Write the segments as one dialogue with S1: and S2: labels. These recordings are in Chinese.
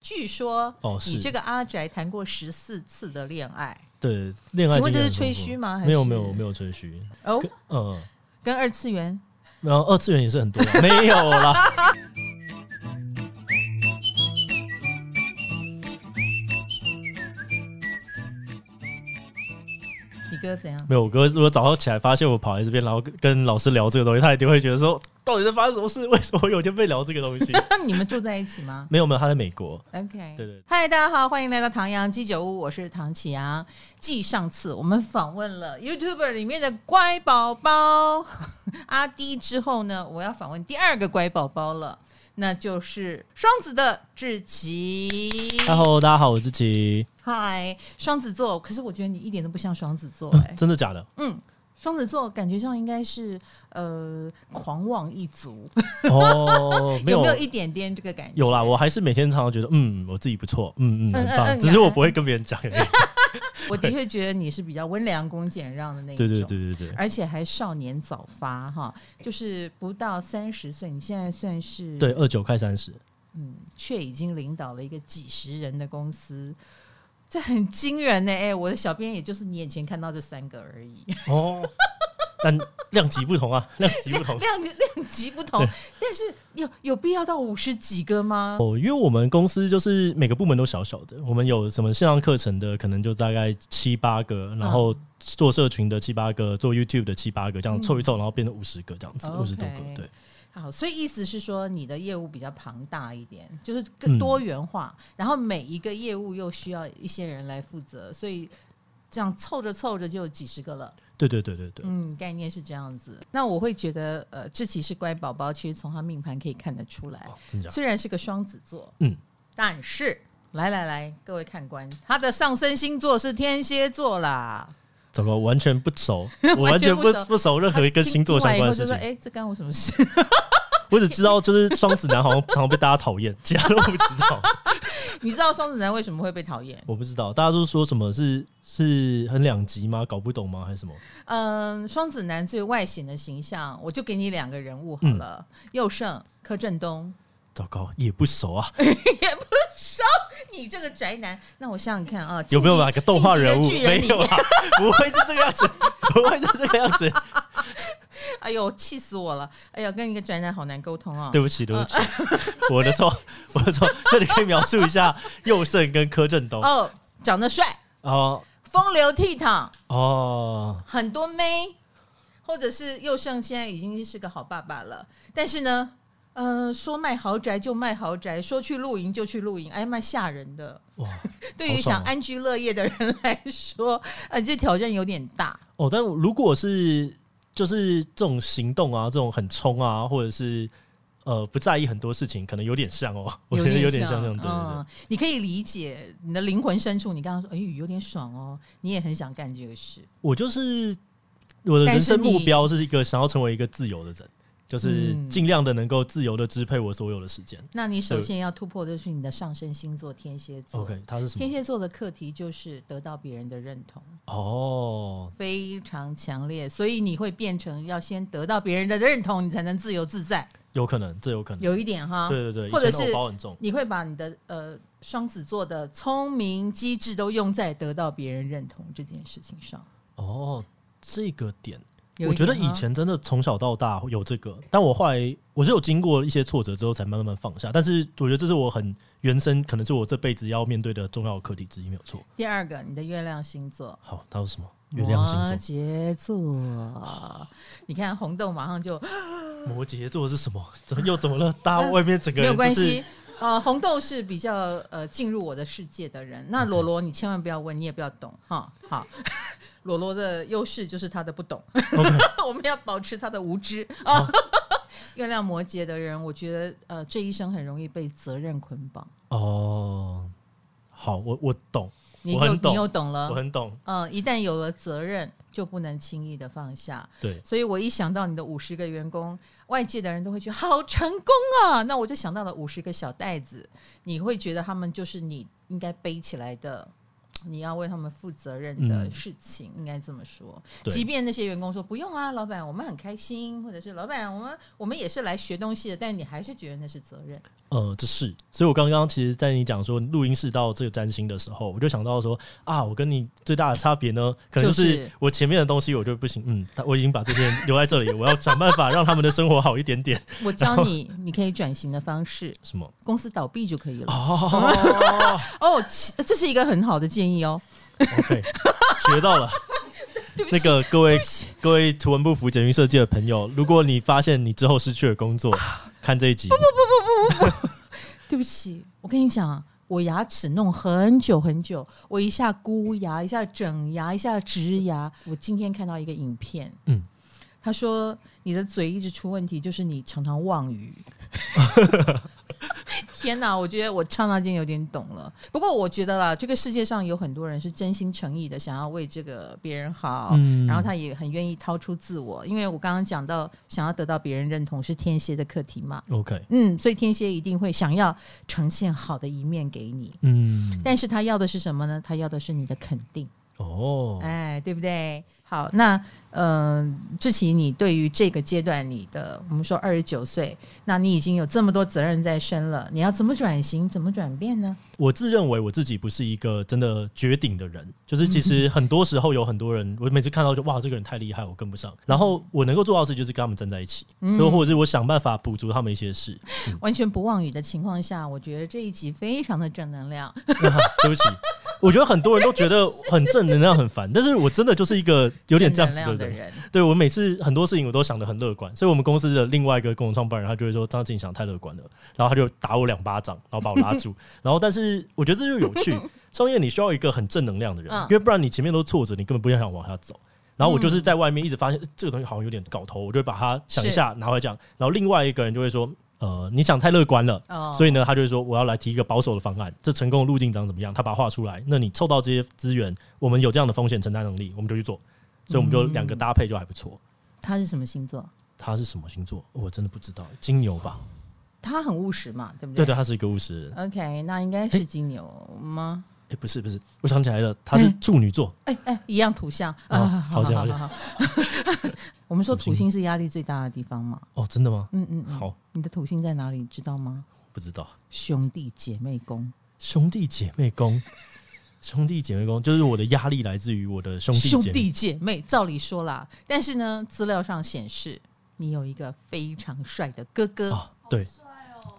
S1: 据说
S2: 哦
S1: 你
S2: 是
S1: 这个阿宅谈过十四次的恋爱
S2: 对恋爱经验很丰富。
S1: 请问这是吹嘘吗还是
S2: 没有没有没有吹嘘，
S1: 哦，
S2: 嗯，
S1: 跟二次元
S2: 然后二次元也是很多啊，没有啦。
S1: 你哥怎 样？
S2: 没有，我哥如果早上起来发现我跑来这边，然后跟跟老师聊这个东西，他一定会觉得说，到底是发生什么事？为什么我有一天被聊这个东 西？
S1: 那你们住在一起吗
S2: 没有没有，他在美国。
S1: ？OK，
S2: 对对
S1: 嗨，大家好，欢迎来到唐阳鸡酒屋，我是唐启阳。继上次我们访问了 YouTuber 里面的乖宝宝 阿迪之后呢，我要访问第二个乖宝宝了，那就是双子的志奇。
S2: ，Hello，大家好，我是琪。
S1: 嗨，双子座，可是我觉得你一点都不像双子 座哎、
S2: 真 的假的？
S1: 嗯，双子座感觉上应该是呃狂妄一族，
S2: 哦， 没
S1: 有
S2: 有
S1: 没有一点点这个感觉？
S2: 有啦，我还是每天常常觉得，嗯，我自己不错，嗯嗯，
S1: 嗯
S2: 很
S1: 嗯嗯哎
S2: 棒，只是我不会跟别人讲而已。
S1: 我的确觉得你是比较温良恭俭让的那一种，
S2: 对对对对对，
S1: 而且还少年早发哈，就是不到三十岁，你现在算是
S2: 对，，二九快三十，
S1: 嗯，却已经领导了一个几十人的公司。这很惊人呢、哎、我的小编也就是你眼前看到这三个而已，
S2: 哦， 但量级不同啊，量级不同。
S1: 量量级不同，但是有有必要到五十几个吗？
S2: 哦，因为我们公司就是每个部门都小小的，我们有什么线上课程的，可能就大概七八个，然后
S1: 嗯
S2: 做社群的七八个，做 YouTube 的七八个，这样凑一凑，然后变成五十个这样子，
S1: 哦 OK
S2: 五十多个，对，
S1: 好，所以意思是说，你的业务比较庞大一点，就是更
S2: 嗯
S1: 多元化，然后每一个业务又需要一些人来负责，所以这样凑着凑着就有几十个了。
S2: 对对对对对，
S1: 嗯，概念是这样子。那我会觉得，呃，志奇是乖宝宝，其实从他命盘可以看得出来，
S2: 真的假的？
S1: 虽然是个双子座，
S2: 哦嗯，
S1: 但是来来来，各位看官，他的上升星座是天蝎座啦。
S2: 怎么完全不 熟？我完全
S1: 完
S2: 不
S1: 全不熟
S2: 不熟任何一个星座相关的事
S1: 听
S2: 情
S1: 完以后就说。哎、这干我什么事？
S2: 我只知道就是双子男好像常常被大家讨厌，其他都不知 道。
S1: 你知道双子男为什么会被讨厌？
S2: 我不知道，大家都说什么是是很两极吗？搞不懂吗？还是什么？
S1: 嗯，双子男最外显的形象，我就给你两个人物好了，佑胜、柯震东。
S2: 糟糕，也不熟啊。
S1: 你这个宅男，那我想想看啊，
S2: 有没有哪个动画人物？
S1: 进击的巨
S2: 没
S1: 人里
S2: 有啦，不会是这个样子， 不会是这个样子。
S1: 哎呦，气死我了！哎呀，跟一个宅男好难沟通啊。
S2: 对不起，对不起，
S1: 嗯
S2: 我的错，我的错。那你可以描述一下佑胜跟柯震东
S1: 哦，长得帅，
S2: 哦
S1: 风流倜傥，
S2: 哦，
S1: 很多妹，或者是佑胜现在已经是个好爸爸了，但是呢，呃，说卖豪宅就卖豪宅，说去露营就去露营，哎，蛮吓人的。
S2: 哇
S1: 对于
S2: 好爽
S1: 想
S2: 哦
S1: 安居乐业的人来说，呃，这挑战有点大。
S2: 哦！但如果是就是这种行动啊，这种很冲啊，或者是呃不在意很多事情，可能有点像哦。我觉得有点像这样，对对对。
S1: 嗯，你可以理解你的灵魂深处，你刚刚说，哎呦，有点爽哦，你也很想干这个事，
S2: 我就是我的人生目标是一个想要成为一个自由的人，就是
S1: 嗯
S2: 尽量的能够自由的支配我所有的时间。
S1: 那你首先要突破的是你的上升星座天蝎座。
S2: OK，他是什
S1: 天
S2: 么？
S1: 蝎座的课题就是得到别人的认同，
S2: 哦，
S1: 非常强烈，所以你会变成要先得到别人的认同，你才能自由自在，
S2: 有可能，这有可能。
S1: 有一点哈。
S2: 对对对，
S1: 或者
S2: 以前
S1: 是
S2: 我包很重。
S1: 你会把你的呃双子座的聪明机智都用在得到别人认同这件事情上。
S2: 哦，这个点，
S1: 有
S2: 我
S1: 一
S2: 觉得
S1: 点
S2: 以
S1: 哈
S2: 前真的从小到大有这个，但我后来我是有经过一些挫折之后才慢慢放下。但是我觉得这是我很原生，可能是我这辈子要面对的重要课题之一，没有错。
S1: 第二个，你的月亮星座
S2: 好，他是什么？月亮星
S1: 摩
S2: 座，
S1: 羯座， 你看红豆马上就
S2: 摩羯座是什么？怎么又怎么了？大家外面整个
S1: 没有
S2: 人
S1: 关
S2: 就是
S1: 系。呃，红豆是比较呃进入我的世界的人。那罗罗，你千万不要问，你也不要懂哈。好， 罗罗的优势就是他的不懂 我们要保持他的无知啊。 月亮摩羯的人，我觉得呃这一生很容易被责任捆绑。
S2: 哦，好，我我懂，
S1: 你
S2: 我
S1: 又
S2: 很懂
S1: 你又懂
S2: 我
S1: 了，
S2: 很懂。
S1: 嗯，一旦有了责任，就不能轻易的放下。
S2: 对，
S1: 所以我一想到你的五十个员工，外界的人都会觉得好成功啊，那我就想到了五十个小袋子，你会觉得他们就是你应该背起来的，你要为他们负责任的
S2: 嗯
S1: 事情，应该这么说。
S2: 对
S1: 即便那些员工说不用啊，老 板，我们很开心，或者是老板，我们我们也是来学东西的，但你还是觉得那是责任。
S2: 呃之事。所以我刚刚其实，在你讲说录音室到这个占星的时候，我就想到说啊，我跟你最大的差别呢，可能就
S1: 就是是
S2: 我前面的东西我就不行，嗯，但我已经把这些人留在这里， 我要想办法让他们的生活好一点点。
S1: 我教你，你可以转型的方式，
S2: 什么？
S1: 公司倒闭就可以了。
S2: 哦
S1: 哦，其这是一个很好的建议哦。
S2: ，OK，学 到了。
S1: 对不
S2: 那
S1: 起，
S2: 个各位各位图文不符简讯设计的朋友，如果你发现你之后失去了 工作，看这一集，
S1: 对不起，我跟你讲啊，我牙齿弄很久很久，我一下箍牙，一下整牙，一下植牙。我今天看到一个影片，
S2: 嗯
S1: 嗯，他说你的嘴一直出问题，就是你常常妄语。 天哪，我觉得我刹那间有点懂了。不过我觉得啦，这个世界上有很多人是真心诚意的，想要为这个别人好，
S2: 嗯
S1: 然后他也很愿意掏出自我。因为我刚刚讲到，想要得到别人认同是天蝎的课题嘛。
S2: OK，
S1: 嗯，所以天蝎一定会想要呈现好的一面给你，
S2: 嗯，
S1: 但是他要的是什么呢？他要的是你的肯定，
S2: 哦，
S1: 哎，对不对？好，那呃，志奇，你对于这个阶段，你的我们说二十九岁，那你已经有这么多责任在身了，你要怎么转型，怎么转变呢？
S2: 我自认为我自己不是一个真的绝顶的人，就是其实很多时候有很多人，我每次看到就哇，这个人太厉害，我跟不上。然后我能够做到的事就是跟他们站在一起，
S1: 嗯
S2: 然后或者是我想办法补足他们一 些事。
S1: 完全不妄语的情况下，我觉得这一集非常的正能量。
S2: 对不起，我觉得很多人都觉得很正能量很烦，但是我真的就是一个有点这样子
S1: 正能量
S2: 的
S1: 的
S2: 人。
S1: 人，
S2: 对我每次很多事情我都想得很乐观，所以我们公司的另外一个共同创办人他就会说张志颖想得太乐观了，然后他就打我两巴掌，然后把我拉住，然后但是我觉得这就有趣，创业你需要一个很正能量的人，
S1: 嗯
S2: 因为不然你前面都挫折，你根本不想往下走。然后我就是在外面一直发现、呃这个东西好像有点搞头，我就会把它想一下拿回来讲，然后另外一个人就会说。呃，你想太乐观了，
S1: 哦
S2: 所以呢，他就会说我要来提一个保守的方案，这成功的路径长怎么样？他把它画出来，那你凑到这些资源，我们有这样的风险承担能力，我们就去做。所以我们就两个搭配就还不
S1: 嗯
S2: 错。
S1: 他是什么星座？
S2: 他是什么星座？我真的不知道，金牛吧？
S1: 他很务实嘛，对不
S2: 对
S1: 对？
S2: 对，他是一个务实人。
S1: OK，那应该是金牛吗？
S2: 哎，不是不是，我想起来了，他是处女座。
S1: 哎哎，一样土象
S2: 哦
S1: 啊，
S2: 好像好
S1: 好。 我们说土星是压力最大的地方嘛，
S2: 哦，真的吗？
S1: 嗯嗯嗯。
S2: 好，
S1: 你的土星在哪里？知道吗？
S2: 不知道。
S1: 兄弟姐妹宫，
S2: 兄弟姐妹宫，兄弟姐妹宫就是我的压力来自于我的兄弟
S1: 兄
S2: 姐妹。
S1: 弟姐妹，照理说啦，但是呢，资料上显示你有一个非常帅的哥哥，
S2: 啊，对，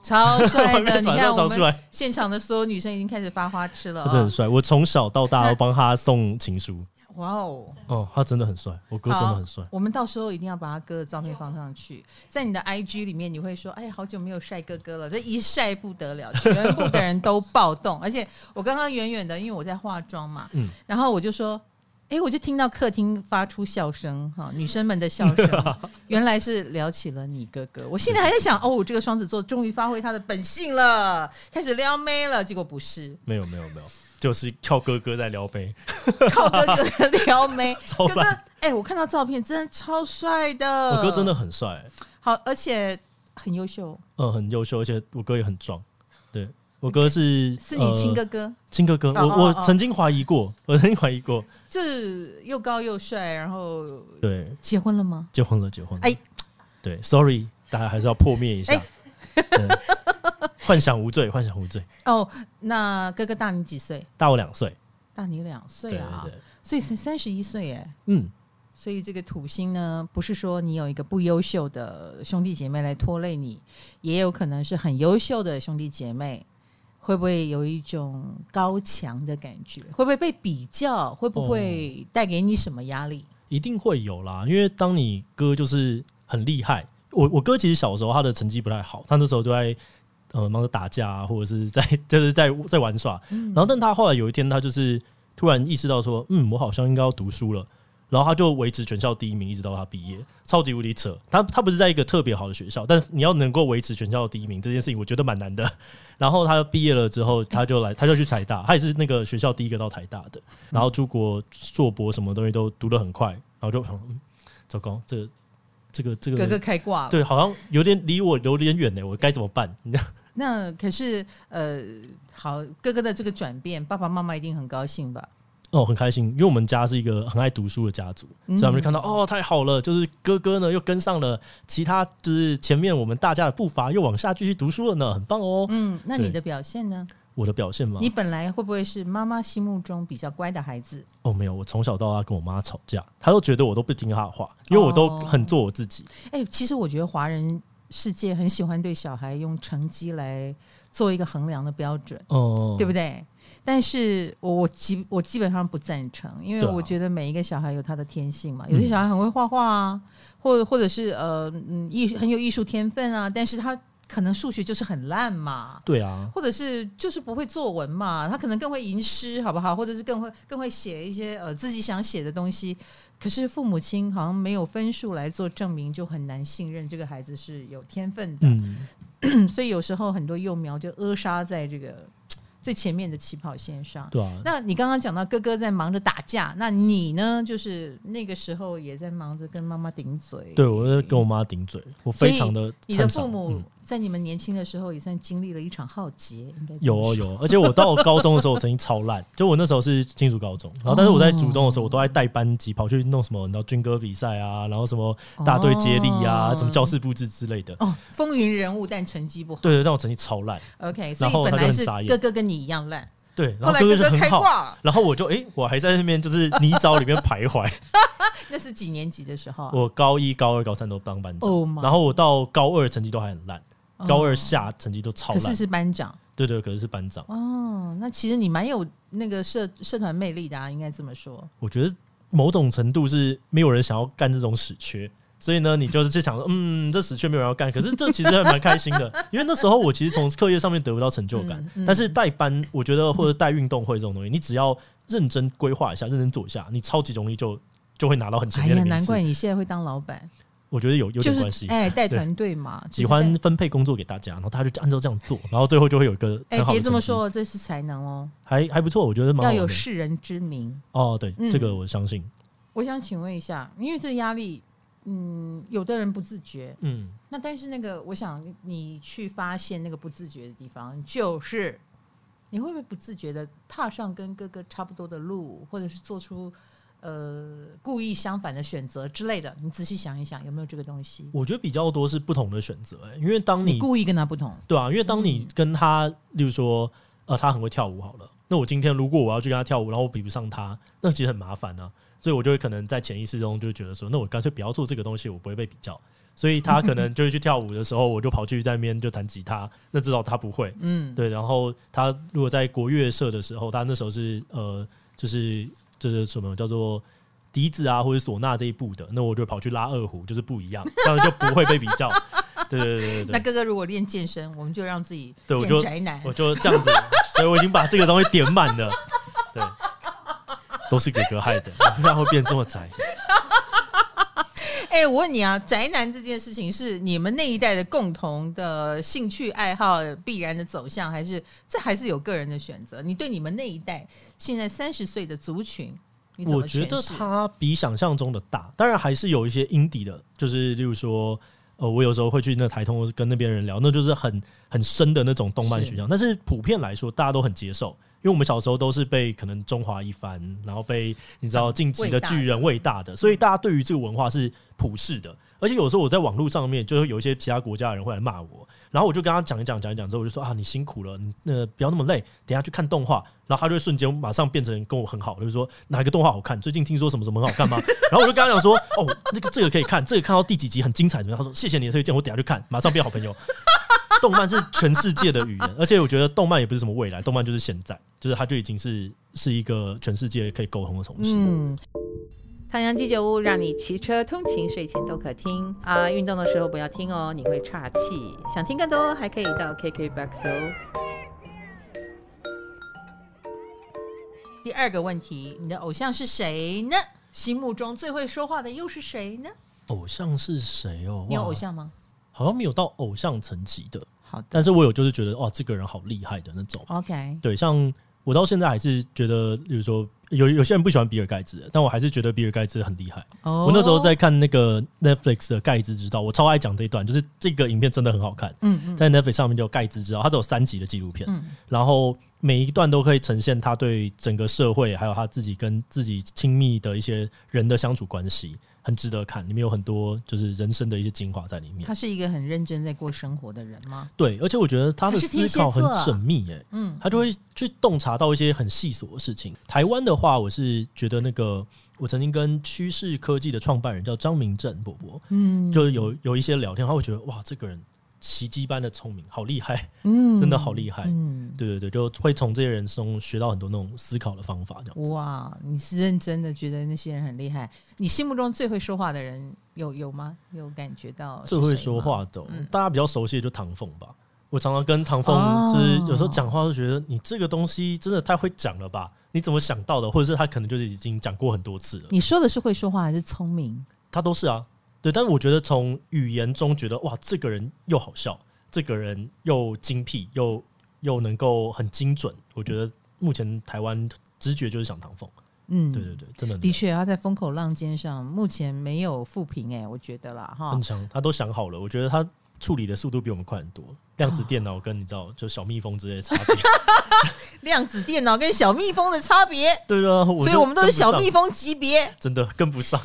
S1: 超帅
S2: 外
S1: 的。
S2: 面
S1: 你
S2: 马
S1: 看
S2: 上
S1: 我
S2: 找出
S1: 们
S2: 来，
S1: 现场的所有女生已经开始发花痴了
S2: 他真的
S1: 哦
S2: 很帅。我从小到 大都帮他送情书。
S1: 哇哦！
S2: 哦，他真的很帅，我哥真的很帅。
S1: 我们到时候一定要把他哥的照片放上去，在你的 IG 里面，你会说：“哎呀，好久没有晒哥哥了。”这一晒不得了，全部的人都暴动。而且我刚刚远远的，因为我在化妆嘛，
S2: 嗯
S1: 然后我就说：“哎，我就听到客厅发出笑声，哈，女生们的笑声， 原来是聊起了你哥哥。”我心里还在想：“哦，这个双子座终于发挥他的本性了，开始撩妹了。”结果不是，
S2: 没有没有没有，就是靠哥哥在撩妹。
S1: 靠哥哥撩妹，
S2: 超
S1: 哥哥
S2: 烂，
S1: 哎，我看到照片真的超帅的，
S2: 我哥真的很帅、
S1: 好，而且很优秀，
S2: 嗯，很优秀，而且我哥也很壮。对我哥是
S1: 是你亲哥
S2: 呃
S1: 哥，
S2: 亲哥哥，
S1: 哦哦
S2: 我我
S1: 哦
S2: 曾经怀疑过，我曾经怀疑过。
S1: 就是又高又帅，然后
S2: 对，
S1: 结婚了吗？
S2: 结婚了，结婚了。
S1: 哎
S2: 对，sorry，大家还是要破灭一下。对幻想无罪，幻想无罪。
S1: 哦，那哥哥大你几岁？
S2: 大我两岁，
S1: 大你两岁
S2: 对
S1: 啊，
S2: 对对，
S1: 所以才三十一岁耶。
S2: 嗯，
S1: 所以这个土星呢，不是说你有一个不优秀的兄弟姐妹来拖累你，也有可能是很优秀的兄弟姐妹。会不会有一种高强的感觉？会不会被比较？会不会
S2: 哦
S1: 带给你什么压力？
S2: 一定会有啦，因为当你哥就是很厉害，我我哥其实小时候他的成绩不太好，他那时候就在呃忙着打架啊，或者是在 就是在在玩耍，然后但他后来有一天他就是突然意识到说，嗯，我好像应该要读书了。然后他就维持全校第一名，一直到他毕业，超级无敌扯。他他不是在一个特别好的学校，但你要能够维持全校第一名这件事情，我觉得蛮难的。然后他毕业了之后，他就来，他就去台大，他也是那个学校第一个到台大的。然后出国硕博什么东西都读得很快，然后就想，嗯，糟糕，这个这个这个
S1: 哥哥开挂了。
S2: 对，好像有点离我有点远呢，我该怎么办？ 你知道
S1: 那可是呃，好哥哥的这个转变，爸爸妈妈一定很高兴吧？
S2: 哦，很开心，因为我们家是一个很爱读书的家族，
S1: 嗯
S2: 所以我们就看到哦，太好了，就是哥哥呢又跟上了其他，就是前面我们大家的步伐，又往下继续读书了呢，很棒哦。
S1: 嗯，那
S2: 对
S1: 你的表现呢？
S2: 我的表现嘛，
S1: 你本来会不会是妈妈心目中比较乖的孩子？
S2: 哦，没有，我从小到大跟我妈吵架，她都觉得我都不听她的话，因为我都
S1: 哦
S2: 很做我自己。
S1: 哎、其实我觉得华人世界很喜欢对小孩用成绩来做一个衡量的标准，
S2: 哦，
S1: 对不对？但是我我基我基本上不赞成，因为
S2: 对啊嗯
S1: 我觉得每一个小孩有他的天性嘛，有些小孩很会画画啊，或或者是呃嗯艺很有艺术天分啊，但是他可能数学就是很烂嘛。
S2: 对啊，
S1: 或者是就是不会作文嘛，他可能更会吟诗，好不好？或者是更会更会写一些呃自己想写的东西。可是父母亲好像没有分数来做证明，就很难信任这个孩子是有天分的。
S2: 嗯，
S1: 所以有时候很多幼苗就扼杀在这个嘖最前面的起跑线上。
S2: 对啊，
S1: 那你刚刚讲到哥哥在忙着打架，那你呢？就是那个时候也在忙着跟妈妈顶嘴。
S2: 对我在跟我妈顶嘴，我非常的
S1: 你的
S2: 擅长
S1: 父母
S2: 嗯
S1: 在你们年轻的时候也算经历了一场浩劫，应该这么
S2: 有
S1: 说
S2: 哦有哦，而且我到高中的时候，我曾经超烂，就我那时候是新竹高中，然后但是
S1: 哦
S2: 我在竹中的时候，我都在带班级跑去弄什么，你知道军歌比赛啊，然后什么大队接力啊，
S1: 哦
S2: 什么教室布置之类的。
S1: 哦，风云人物，但成绩不好。
S2: 对对，让我成绩超烂。
S1: OK，所
S2: 然后
S1: 以本
S2: 他就
S1: 来
S2: 很
S1: 是
S2: 傻眼
S1: 哥哥跟你一样烂，
S2: 对，然
S1: 后
S2: 后
S1: 来
S2: 哥
S1: 哥
S2: 就很
S1: 开
S2: 好，
S1: 挂了。
S2: 然后我就哎、诶我还在那边就是泥沼里面徘 徊。
S1: 那是几年级的时候啊？
S2: 我高一、高二、高三都当班长，
S1: Oh my-
S2: 然后我到高二成绩都还很烂，
S1: 哦
S2: 高二下成绩都超
S1: 可是
S2: 烂。
S1: 是班长
S2: 对对，可是是班长，
S1: 哦。那其实你蛮有那个社社团魅力的、啊，应该这么说。
S2: 我觉得某种程度是没有人想要干这种屎缺。所以呢，你就是就想说，嗯，这死缺没有人要干，可是这其实还蛮开心的， 因为那时候我其实从课业上面得不到成就感，
S1: 嗯嗯
S2: 但是带班，我觉得或者带运动会这种东西，你只要认真规划一下，认真做一下，你超级容易就就会拿到很前
S1: 哎
S2: 面
S1: 呀，
S2: 的名
S1: 难
S2: 次。
S1: 怪你现在会当老板，
S2: 我觉得有有
S1: 就
S2: 点
S1: 是
S2: 关系，
S1: 哎带团队嘛，就是
S2: 喜欢
S1: 带
S2: 分配工作给大家，然后大家就按照这样做，然后最后就会有一个
S1: 哎
S2: 很好的。
S1: 别这么，说，这是才能哦，
S2: 还还不错，我觉得蛮
S1: 要
S2: 好
S1: 有
S2: 玩的。
S1: 世人之名。
S2: 哦，对，
S1: 嗯
S2: 这个我相信。
S1: 我想请问一下，因为这压力，嗯，有的人不自觉，
S2: 嗯，
S1: 那但是那个，我想你你去发现那个不自觉的地方，就是你会不会不自觉的踏上跟哥哥差不多的路，或者是做出呃故意相反的选择之类的？你仔细想一想，有没有这个东西？
S2: 我觉得比较多是不同的选择、哎因为当你
S1: 故意跟他不同，
S2: 对啊，因为当你跟他，例如说，呃，他很会跳舞好了，那我今天如果我要去跟他跳舞，然后我比不上他，那其实很麻烦啊，所以我就会可能在潜意识中就觉得说，那我干脆不要做这个东西，我不会被比较。所以他可能就会去跳舞的时候，我就跑去在那边就弹吉他，那至少他不会。
S1: 嗯，
S2: 对，然后他如果在国乐社的时候，他那时候是呃，就是就是什么叫做笛子啊或者唢呐这一步的，那我就跑去拉二胡，就是不一样，这样就不会被比较。对对对对
S1: 那
S2: 对，
S1: 哥哥如果练健身，我们就让自己
S2: 对我
S1: 变
S2: 就
S1: 宅男。
S2: 我就这样子， 所以我已经把这个东西点满了。对，都是哥哥害的，不然会变这么宅。
S1: 哎、我问你啊，宅男这件事情是你们那一代的共同的兴趣爱好必然的走向，还是这还是有个人的选择？你对你们那一代现在三十岁的族群，你怎
S2: 我
S1: 么
S2: 觉得
S1: 诠释
S2: 它比想象中的大，当然还是有一些阴底的，就是例如说，呃，我有时候会去那台通跟那边人聊，那就是很很深的那种动漫
S1: 是
S2: 学校，但是普遍来说大家都很接受，因为我们小时候都是被可能中华一番，然后被你知道晋级的嗯巨人喂大的，所以大家对于这个文化是普世的。而且有时候我在网络上面，就会有一些其他国家的人会来骂我，然后我就跟他讲一讲，讲一讲之后，我就说啊，你辛苦了，你呃不要那么累，等一下去看动画。然后他就会瞬间马上变成跟我很好，就是说哪个动画好看？最近听说什么什么很好看 吗？然后我就跟他讲说，哦，那个这个可以看，这个看到第几集很精彩，怎么样？他说谢谢你的推荐，我等一下去看，马上变好朋 友。动漫是全世界的语言，而且我觉得动漫也不是什么未来，动漫就是现在，就是它就已经是是一个全世界可以沟通的东西。
S1: 嗯，唐阳鸡酒屋让你骑车通勤、睡前都可听啊，运动的时候不要听哦，你会岔气。想听更多，还可以到 KKBOX 哦。第二个问题，你的偶像是谁呢？心目中最会说话的又是谁呢？
S2: 偶像是谁哦？
S1: 你有
S2: 哇
S1: 偶？像吗？
S2: 好像没有到偶像层级的，
S1: 好的
S2: 但是我有就是觉得哦哇，这个人好厉害的那种。
S1: ，OK，
S2: 对，像我到现在还是觉得，比如说有有些人不喜欢比尔盖茨的，但我还是觉得比尔盖茨很厉害。
S1: 哦
S2: 我那时候在，看那个 Netflix 的《盖茨之道》，我超爱讲这一段，就是这个影片真的很好看，
S1: 嗯嗯
S2: 在 Netflix 上面就有《盖茨之道》，它只有三集的纪录片，
S1: 嗯
S2: 然后每一段都可以呈现他对整个社会，还有他自己跟自己亲密的一些人的相处关系，很值得看。里面有很多就是人生的一些精华在里面。
S1: 嗯他是一个很认真在过生活的人吗？
S2: 对，而且我觉得他的
S1: 他是
S2: 思
S1: 天蝎
S2: 考很
S1: 座啊
S2: 缜密、欸，
S1: 嗯，
S2: 他就会去洞察到一些很细琐的事情。台湾的话，我是觉得那个，我曾经跟趋势科技的创办人叫张明正伯伯，
S1: 嗯，
S2: 就是有有一些聊天，他会觉得哇，这个人奇迹般的聪明，好厉害，
S1: 嗯
S2: 真的好厉害。
S1: 嗯，
S2: 对对对，就会从这些人中学到很多那种思考的方法，这样子。
S1: 哇，你是认真的觉得那些人很厉害？你心目中最会说话的人有有吗？有感觉到是
S2: 最会
S1: 谁
S2: 说
S1: 吗？
S2: 话的哦、
S1: 嗯
S2: 大家比较熟悉的就唐凤吧。我常常跟唐
S1: 哦
S2: 凤就是有时候讲话就觉得你这个东西真的太会讲了吧？你怎么想到的？或者是他可能就是已经讲过很多次了。
S1: 你说的是会说话还是聪明？
S2: 他都是啊，对。但是我觉得从语言中觉得哇，这个人又好笑，这个人又精辟，又又能够很精准。我觉得目前台湾直觉就是想唐凤，
S1: 嗯，
S2: 对对对，真的很
S1: 的确，他在风口浪尖上目前没有负评哎，我觉得啦哈
S2: 很。强，他都想好了。我觉得他处理的速度比我们快很多。量子电脑跟你知道就小蜜蜂之类的差别，
S1: 量子电脑跟小蜜蜂的差别，
S2: 对啊，
S1: 所以我们都是小蜜
S2: 蜂，
S1: 蜂级别，
S2: 真的跟 不上。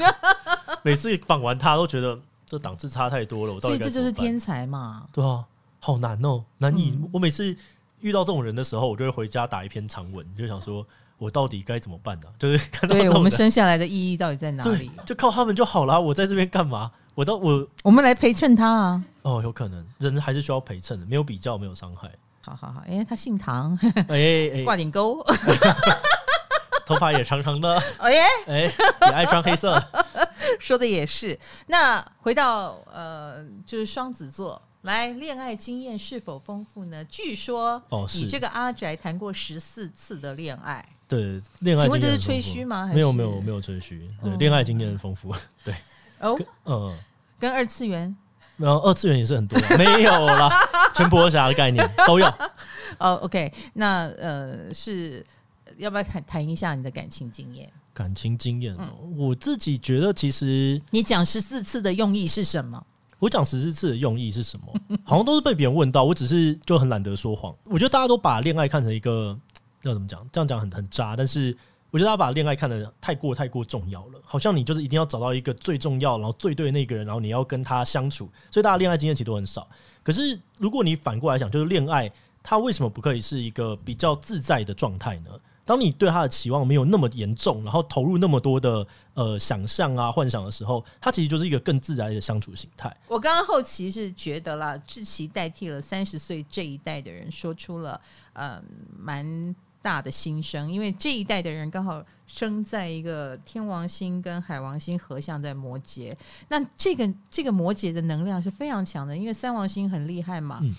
S2: 每次访完他都觉得这档次差太多了，我到
S1: 所
S2: 底
S1: 以
S2: 该
S1: 这
S2: 怎
S1: 就
S2: 么
S1: 是
S2: 办
S1: 天才 嘛。
S2: 对啊，好难哦、难以。
S1: 嗯
S2: 我每次遇到这种人的时候，我就会回家打一篇长文，就想说我到底该怎么办呢、啊就是看到这
S1: 对我
S2: 种
S1: 们
S2: 人，
S1: 生下来的意义到底在哪
S2: 对
S1: 里？，
S2: 就靠他们就好啦。我在这边干嘛？我到我
S1: 我们来陪衬他啊！
S2: 哦，有可能人还是需要陪衬的，没有比较，没有伤害。
S1: 好好好，哎、他姓唐，
S2: 哎 哎
S1: 挂点钩，
S2: 头发也长长的，
S1: 哎耶，
S2: 哎、也爱穿黑色。
S1: 说的也是。那回到呃，就是双子座，来，恋爱经验是否丰富呢？据说
S2: 哦
S1: 你
S2: 是
S1: 这个阿宅谈过十四次的恋爱，
S2: 对，恋爱
S1: 请问
S2: 经验
S1: 这是
S2: 很丰
S1: 吹
S2: 富
S1: 嘘吗还
S2: 没有
S1: 是
S2: 没有没有吹嘘，对，
S1: 哦
S2: 恋爱经验很丰富。
S1: 哦，
S2: 嗯，
S1: 跟二次元，
S2: 然后二次元也是很多，啊 没有啦，陈柏霞的概念都有。
S1: 哦，OK，那呃是。要不要谈谈一下你的感情经验？
S2: 感情经验、哦，
S1: 嗯
S2: 我自己觉得其实
S1: 你讲十四次的用意是什么？
S2: 我讲十四次的用意是什么， 好像都是被别人问到，我只是就很懒得说谎。我觉得大家都把恋爱看成一个要怎么讲，这样讲很很渣，但是我觉得大家把恋爱看得太过太过重要了，好像你就是一定要找到一个最重要，然后最对那个人，然后你要跟他相处，所以大家恋爱经验其实都很少。可是如果你反过来想，就是恋爱它为什么不可以是一个比较自在的状态呢？当你对他的期望没有那么严重，然后投入那么多的呃想象啊幻想的时候，它其实就是一个更自然的相处形态。
S1: 我刚刚后期是觉得啦，志奇代替了三十岁这一代的人，说出了嗯蛮大的心声，因为这一代的人刚好生在一个天王星跟海王星合相在摩羯，那这个这个摩羯的能量是非常强的，因为三王星很厉害嘛。
S2: 嗯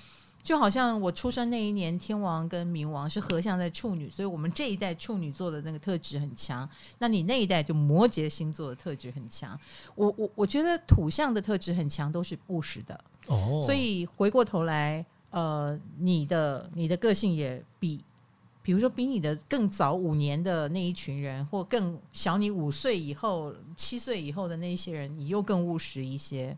S1: 就好像我出生那一年，天王跟冥王是合相在处女，所以我们这一代处女座的那个特质很强。那你那一代就摩羯星座的特质很强。我我我觉得土象的特质很强，都是务实的。
S2: 哦
S1: 所以回过头来，呃，你的你的个性也比，比如说比你的更早五年的那一群人，或更小你五岁以后、七岁以后的那一些人，你又更务实一些，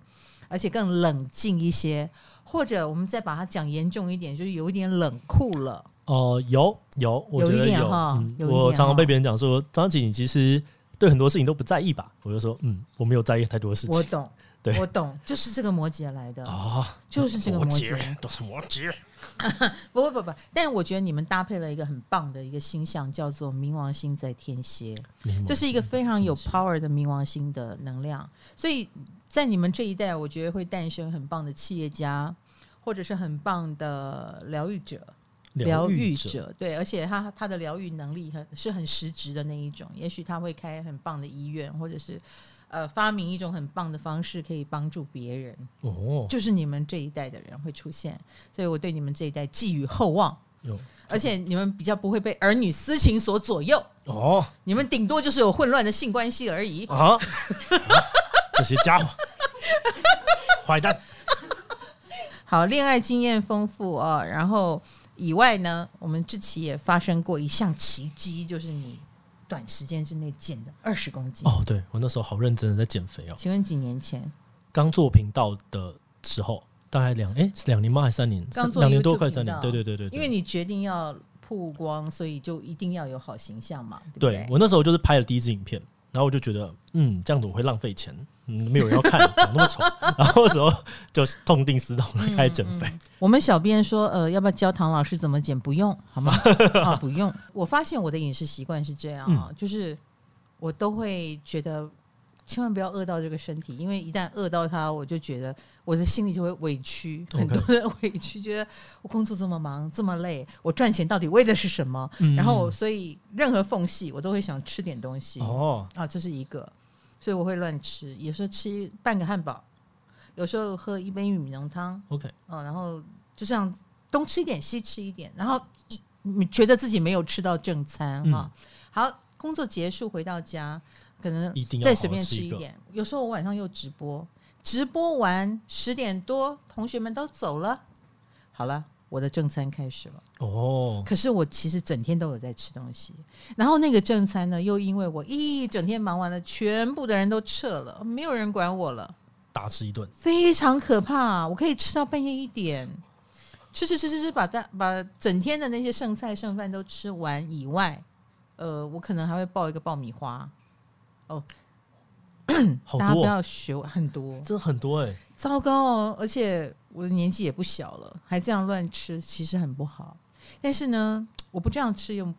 S1: 而且更冷静一些，或者我们再把它讲严重一点，就是有一点冷酷了。
S2: 哦，有有，我觉
S1: 有一
S2: 得
S1: 点
S2: 有。
S1: 哈
S2: 嗯
S1: 有一
S2: 我
S1: 点
S2: 常常
S1: 哈
S2: 被别人讲说，张姐你其实对很多事情都不在意吧？我就说，嗯，我没有在意太多事
S1: 我
S2: 情。
S1: 懂，
S2: 对
S1: 我懂，就是这个摩羯来的，
S2: 啊，
S1: 就是这个
S2: 摩
S1: 摩
S2: 羯
S1: 羯。
S2: 都是摩羯。
S1: 不不不不，但我觉得你们搭配了一个很棒的一个星象，叫做冥王星在天蝎。
S2: 柠檬
S1: 这是一个非常
S2: 真
S1: 有
S2: 是
S1: power 的冥王星的能量，所以在你们这一代，我觉得会诞生很棒的企业家，或者是很棒的疗愈者。疗愈
S2: 者。
S1: 者，对，而且他他的疗愈能力很是很实质的那一种，也许他会开很棒的医院，或者是呃发明一种很棒的方式可以帮助别人，
S2: 哦，
S1: 就是你们这一代的人会出现，所以我对你们这一代寄予厚望，
S2: 有
S1: 而且你们比较不会被儿女私情所左右，
S2: 哦
S1: 你们顶多就是有混乱的性关系而已。
S2: 啊，啊这些家伙坏 蛋。
S1: 好，恋爱经验丰富啊、然后以外呢，我们志奇也发生过一项奇迹，就是你短时间之内减了二十公斤。
S2: 哦，对我那时候好认真的在减肥哦，
S1: 请问几年前？
S2: 刚做频道的时候，大概两哎是两年吗？还是三年？
S1: 刚
S2: 三
S1: 做
S2: 两年多，
S1: YouTube
S2: 快三年。
S1: 频道
S2: 对对对对，对
S1: 因为你决定要曝光，所以就一定要有好形象嘛，对不
S2: 对
S1: 对？
S2: 我那时候就是拍了第一支影片，然后我就觉得，嗯，这样子我会浪费钱，嗯，没有人要看， 长那么丑，然后那时候就痛定思痛，开始减肥。
S1: 我们小编说，呃，要不要教唐老师怎么减？不用，好 吗？啊，不用。我发现我的饮食习惯是这样
S2: 嗯
S1: 啊，就是我都会觉得千万不要饿到这个身体，因为一旦饿到它，我就觉得我的心里就会委屈，
S2: OK
S1: 很多的委屈，觉得我工作这么忙，这么累，我赚钱到底为的是什么？
S2: 嗯
S1: 然后我所以任何缝隙我都会想吃点东西。
S2: 哦，
S1: 啊，这是一个，所以我会乱吃，有时候吃半个汉堡，有时候喝一杯玉米浓汤，
S2: OK，
S1: 哦，然后就这样东吃一点西吃一点，然后一你觉得自己没有吃到正餐
S2: 嗯
S1: 哈、好，工作结束回到家，可能
S2: 一定要
S1: 再
S2: 好好
S1: 随便
S2: 吃
S1: 吃
S2: 一
S1: 一
S2: 个
S1: 点。有时候我晚上又直播，直播完十点多，同学们都走了，好了，我的正餐开始了。
S2: 哦，
S1: 可是我其实整天都有在吃东西，然后那个正餐呢，又因为我一整天忙完了，全部的人都撤了，没有人管我了，
S2: 大吃一顿，
S1: 非常可怕。我可以吃到半夜一点，吃吃吃吃吃，把大把整天的那些剩菜剩饭都吃完以外，呃，我可能还会爆一个爆米花，
S2: 好
S1: 嗯大家不
S2: 多、哦，
S1: 要学我，很多，
S2: 真的很多哎、
S1: 糟糕哦！而且我的年纪也不小了，还这样乱吃，其实很不好。但是呢，我不这样吃，又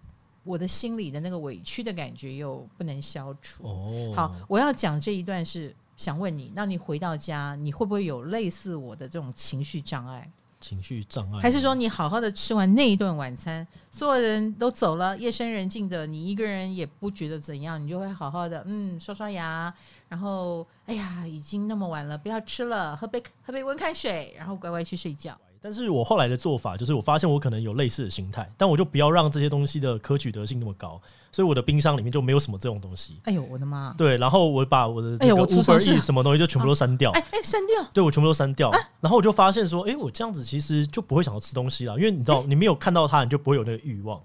S1: 我的心里的那个委屈的感觉又不能消除。
S2: 哦，
S1: 好，我要讲这一段是想问你，那你回到家，你会不会有类似我的这种情绪障碍？
S2: 情绪障碍
S1: 还是说你好好的吃完那一顿晚餐，所有人都走了，夜深人静的，你一个人也不觉得怎样，你就会好好的，嗯，刷刷牙，然后哎呀，已经那么晚了，不要吃了，喝杯喝杯温开水，然后乖乖去睡觉。
S2: 但是我后来的做法就是，我发现我可能有类似的心态，但我就不要让这些东西的可取得性那么高，所以我的冰箱里面就没有什么这种东西。
S1: 哎呦，我的妈！
S2: 对，然后我把我的
S1: 哎
S2: 那
S1: 呀
S2: 个
S1: 我出
S2: Uber
S1: 城市
S2: E 什么东西就全部都删掉，
S1: 哎哎，删掉，
S2: 对我全部都删掉。
S1: 啊
S2: 然后我就发现说，哎、我这样子其实就不会想要吃东西了，因为你知道，你没有看到它，你就不会有那个欲望。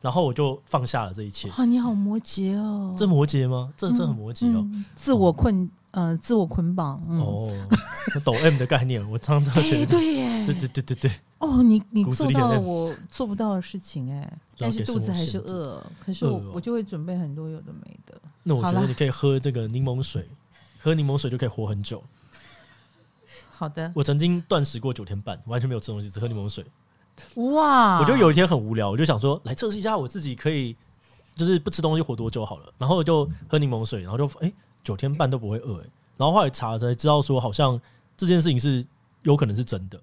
S2: 然后我就放下了这一切。
S1: 哇，你好摩羯哦，
S2: 这摩羯吗？这这很摩羯哦。
S1: 嗯自我困，呃，自我捆绑，嗯，
S2: 哦，那抖 M 的概念，我常常觉
S1: 哎，
S2: 得，
S1: 对耶，
S2: 对对对对对，
S1: 哦，你你
S2: 骨子
S1: 做
S2: 里很
S1: 到了
S2: 累
S1: 我做不到的事情哎、
S2: 就要
S1: 但是
S2: 给
S1: 肚
S2: 生
S1: 子
S2: 活
S1: 还是
S2: 限制
S1: 饿，可是我、
S2: 饿哦
S1: 我就会准备很多有的没的。
S2: 那我觉
S1: 好
S2: 得
S1: 啦
S2: 你可以喝这个柠檬水，喝柠檬水就可以活很久。
S1: 好的，
S2: 我曾经断食过九天半，完全没有吃东西，只喝柠檬水。
S1: 哇，
S2: 我就有一天很无聊，我就想说来测试一下我自己可以，就是不吃东西活多久好了。然后我就喝柠檬水，然后就哎九、天半都不会饿、哎然后后来查才知道说，好像这件事情是有可能是真的。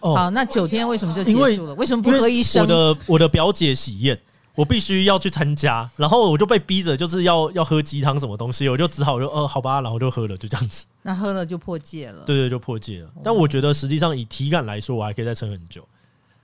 S2: 哦，
S1: 好，那九天为什么就结
S2: 因为
S1: 束了？为什啊么不
S2: 因为
S1: 喝医生
S2: 我？的我的表姐喜宴。我必须要去参加，然后我就被逼着就是要要喝鸡汤什么东西，我就只好就呃好吧，然后就喝了，就这样子。
S1: 那喝了就破戒了。
S2: 对对，就破戒了。
S1: 哦
S2: 但我觉得实际上以体感来说，我还可以再撑很久。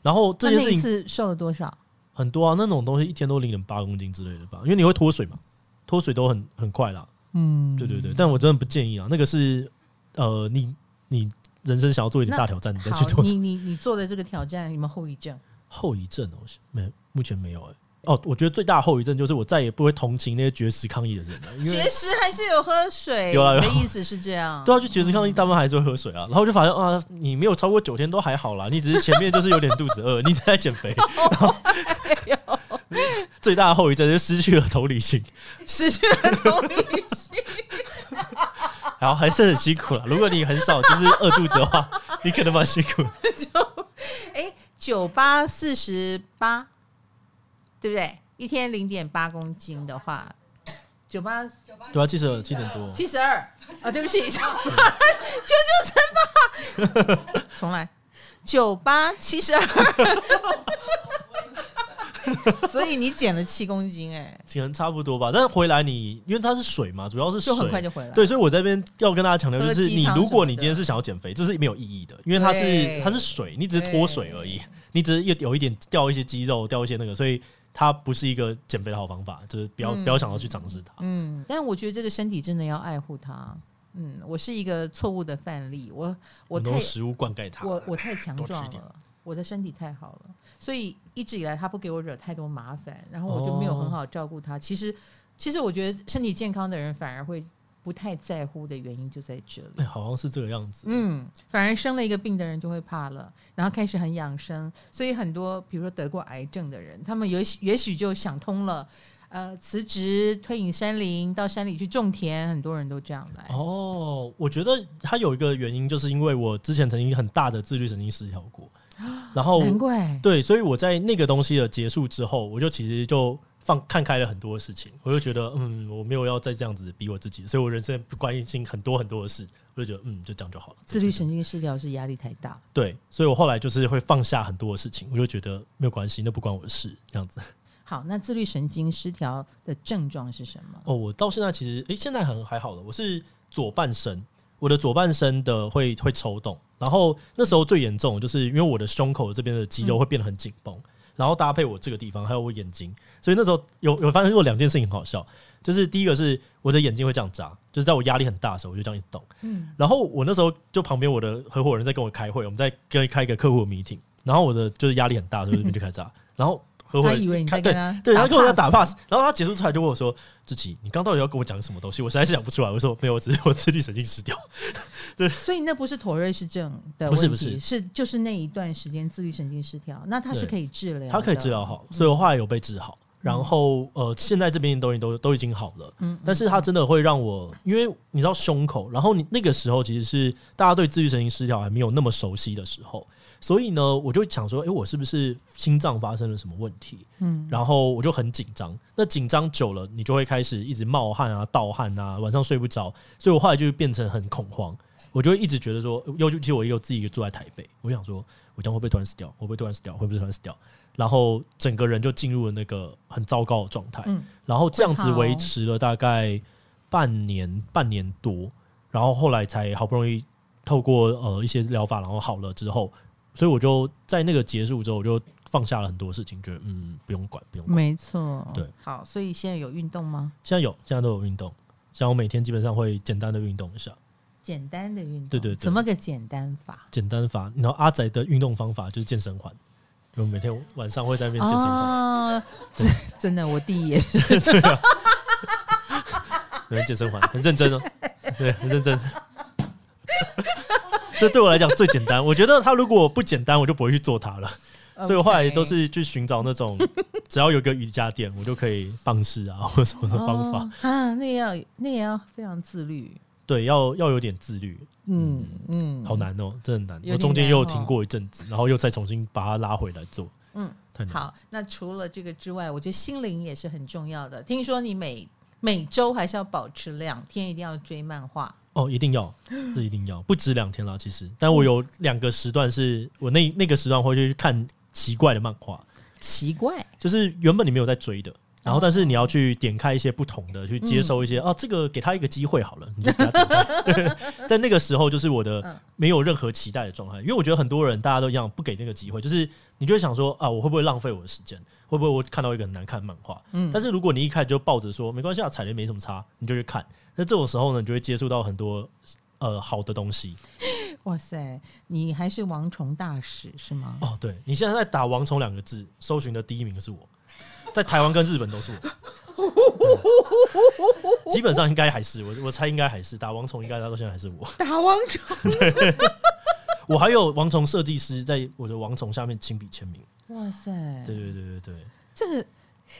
S2: 然后这
S1: 那那
S2: 件事
S1: 一
S2: 情
S1: 次瘦了多少？
S2: 很多啊，那种东西一天都零点八公斤之类的吧，因为你会脱水嘛，脱水都很很快啦。
S1: 嗯，
S2: 对对对，但我真的不建议啊，那个是呃，你你人生想要做一点大挑战，你再去
S1: 好，
S2: 做
S1: 你你你做的这个挑战有没有后遗症？
S2: 后遗症哦，没目前没有哎、哦，我觉得最大的后遗症就是我再也不会同情那些绝食抗议的人了，因为
S1: 绝食还是有喝水？
S2: 有啊有
S1: 你
S2: 啊
S1: 的意思是这样？
S2: 对啊，就绝食
S1: 嗯
S2: 抗议大部分还是会喝水啊，然后我就发现啊，你没有超过九天都还好啦，你只是前面就是有点肚子饿， 你在减肥，然
S1: 哦
S2: 后 最大的后遗症就是失去了同理心，
S1: 失去了动力。
S2: 然后还是很辛苦了。如果你很少就是饿肚子的话， 你可能蛮辛苦。
S1: 哎，九八四十八，对不对？一天零点八公斤的话，九八
S2: 对啊，七十七点多，
S1: 七十二啊，对不起，九八九九乘八，重来，九八七 十二，所以你减了七公斤、哎，
S2: 可能差不多吧。但是回来你因为它是水嘛，主要是水
S1: 就很快就回来。
S2: 对，所以我在这边要跟大家强调，就是
S1: 喝鸡
S2: 你
S1: 汤
S2: 如果
S1: 什么的
S2: 你今天是想要减肥，这是没有意义的，因为它是
S1: 对
S2: 它是水，你只是脱水而已，你只是有有一点掉一些肌肉，掉一些那个，所以它不是一个减肥的好方法，就是不要、
S1: 嗯
S2: 不要想要去尝试它。
S1: 嗯，但我觉得这个身体真的要爱护它。嗯，我是一个错误的范例，我我
S2: 很
S1: 太
S2: 多食物灌溉它，
S1: 我我太强
S2: 多吃一
S1: 壮
S2: 点
S1: 了，我的身体太好了，所以一直以来他不给我惹太多
S2: 哦
S1: 麻烦，然后我就没有很好照顾他。其实，其实我觉得身体健康的人反而会不太在乎的原因就在这里。
S2: 哎、好像是这个样子。
S1: 嗯，反而生了一个病的人就会怕了，然后开始很养生，所以很多比如说得过癌症的人，他们也许也许就想通了，呃，辞职退隐山林，到山里去种田，很多人都这样来。
S2: 哦，我觉得它有一个原因，就是因为我之前曾经很大的自律神经失调过，然后
S1: 难怪，
S2: 哦对，所以我在那个东西的结束之后，我就其实就放看开了很多事情，我就觉得嗯，我没有要再这样子逼我自己，所以我人生不关心很多很多的事，我就觉得嗯，就这样就好了。
S1: 自律神经失调是压力太大。
S2: 对，所以我后来就是会放下很多的事情，我就觉得没有关系，那不关我的事，这样子。
S1: 好，那自律神经失调的症状是什么？
S2: 哦，我到现在其实，诶，现在很还好了。我是左半身，我的左半身的会会抽动，然后那时候最严重的就是因为我的胸口这边的肌
S1: 嗯
S2: 肉会变得很紧绷，然后搭配我这个地方还有我眼睛，所以那时候有有发生过两件事情很好笑，就是第一个是我的眼睛会这样眨，就是在我压力很大的时候我就这样一直动，
S1: 嗯，
S2: 然后我那时候就旁边我的合伙人在跟我开会，我们在跟开一个客户的 meeting，然后我的就是压力很大，所以这边就开始眨，然后合伙
S1: 他
S2: 人
S1: 以为你
S2: 看
S1: 在
S2: 对
S1: 跟他
S2: 对，他跟我在打
S1: 炮，
S2: pass，然后他结束出来就问我说：“志奇，你刚到底要跟我讲什么东西？”我实在是讲不出来。我说：“没有，我只是我自律神经失调。
S1: 所以那不是妥瑞氏症的
S2: 不
S1: 问
S2: 是
S1: 题，
S2: 不是
S1: 就是那一段时间自律神经失调，那它是
S2: 对
S1: 可以治疗，”
S2: 他可以治疗，好，所以我后来有被治好。然后呃，现在这边东西都都已经好了，
S1: 嗯，
S2: 但是它真的会让我，因为你知道胸口，然后你那个时候其实是大家对自律神经失调还没有那么熟悉的时候，所以呢，我就想说，诶，我是不是心脏发生了什么问题？
S1: 嗯，
S2: 然后我就很紧张。那紧张久了，你就会开始一直冒汗啊、盗汗啊，晚上睡不着。所以我后来就变成很恐慌，我就会一直觉得说，尤其我又自己一个住在台北，我想说，我这样会不会突然死掉？会不会突然死掉？会不会突然死掉？然后整个人就进入了那个很糟糕的状态。
S1: 嗯
S2: 然后这样子
S1: 会怕哦
S2: 维持了大概半年、半年多，然后后来才好不容易透过呃一些疗法，然后好了之后，所以我就在那个结束之后，我就放下了很多事情，觉得嗯不用管，不用管。
S1: 没错，
S2: 对，
S1: 好，所以现在有运动吗？
S2: 现在有，现在都有运动，像我每天基本上会简单的运动一下，
S1: 简单的运动，
S2: 对对对
S1: 怎么个简单法？
S2: 简单法。然后阿仔的运动方法就是健身环，我每天晚上会在那边健身环，
S1: 哦，真真的，我弟也是，
S2: 对、健身环很认真哦，对，很认真。 这对我来讲最简单，我觉得它如果不简单，我就不会去做 它了。 所以我后来都是去寻找那种只要有个瑜伽垫，我就可以棒式啊 或什么的方法。
S1: 哦啊，那也要那也要非常自律，
S2: 对，要要有点自律，
S1: 嗯嗯，
S2: 好难哦、真的很难。
S1: 有点
S2: 我中间
S1: 难
S2: 又
S1: 哦
S2: 停过一阵子，然后又再重新把它拉回来做，
S1: 嗯，
S2: 太难。
S1: 好，那除了这个之外，我觉得心灵也是很重要的。听说你每每周还是要保持两天，一定要追漫画。
S2: 哦，一 定要，这一定要，不止两天啦，其实。但我有两个时段是我那那个时段会去看奇怪的漫画，
S1: 奇怪，
S2: 就是原本你没有在追的，然后但是你要去点开一些不同的，去接收一些、啊，这个给他一个机会好了，你就给他点开。对，在那个时候就是我的没有任何期待的状态，因为我觉得很多人大家都一样不给那个机会，就是你就会想说啊，我会不会浪费我的时间？会不会我看到一个很难看的漫画？
S1: 嗯
S2: 但是如果你一开始就抱着说没关系啊，踩雷没什么差，你就去看，那这种时候呢，你就会接触到很多呃好的东西。
S1: 哇塞，你还是王虫大使是 吗？
S2: 哦，对你现在在打“王虫”两个字，搜寻的第一名是我，在台湾跟日本都是我，嗯基本上应该还是我，我猜应该还是打“王虫”，应该到现在还是我。
S1: 打王虫，
S2: 我还有“王虫”设计师在我的“王虫”下面亲笔签名。
S1: 哇塞，
S2: 对对对对对，
S1: 这个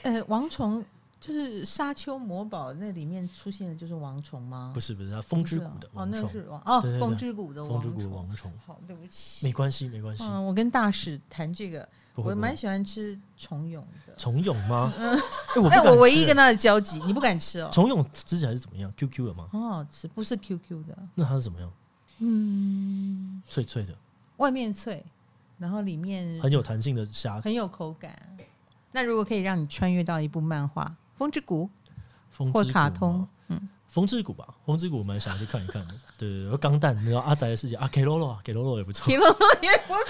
S1: 呃，王虫就是沙丘魔堡那里面出现的就是王虫吗？
S2: 不是不是，它风之谷的
S1: 哦，
S2: 王
S1: 那
S2: 虫
S1: 个，是王哦
S2: 对对，对
S1: 风之谷的
S2: 风
S1: 王
S2: 之谷的
S1: 虫。
S2: 王虫，
S1: 好，对不起，
S2: 没关系没关系，
S1: 嗯，我跟大使谈这个，
S2: 不会
S1: 我
S2: 不会
S1: 蛮。喜欢吃虫蛹的。
S2: 虫蛹吗？哎，我
S1: 哎，我唯一跟
S2: 跟
S1: 他的交集，你不敢吃哦，
S2: 虫蛹吃起来是怎么样？QQ 的吗？
S1: 很好哦吃，不是 QQ 的，
S2: 那它是怎么样？
S1: 嗯，
S2: 脆脆的，
S1: 外面脆，然后里面
S2: 很有弹性的虾
S1: 很有口感。那如果可以让你穿越到一部漫画《风之谷
S2: 风》之
S1: 或
S2: 谷哦
S1: 卡
S2: 吗
S1: 通，
S2: 风之谷吧，风之谷我蛮想去看一看的。对对对，钢弹，你知道阿宅的世界啊，K Lolo 啊，K Lolo 也不错。
S1: 提 了也不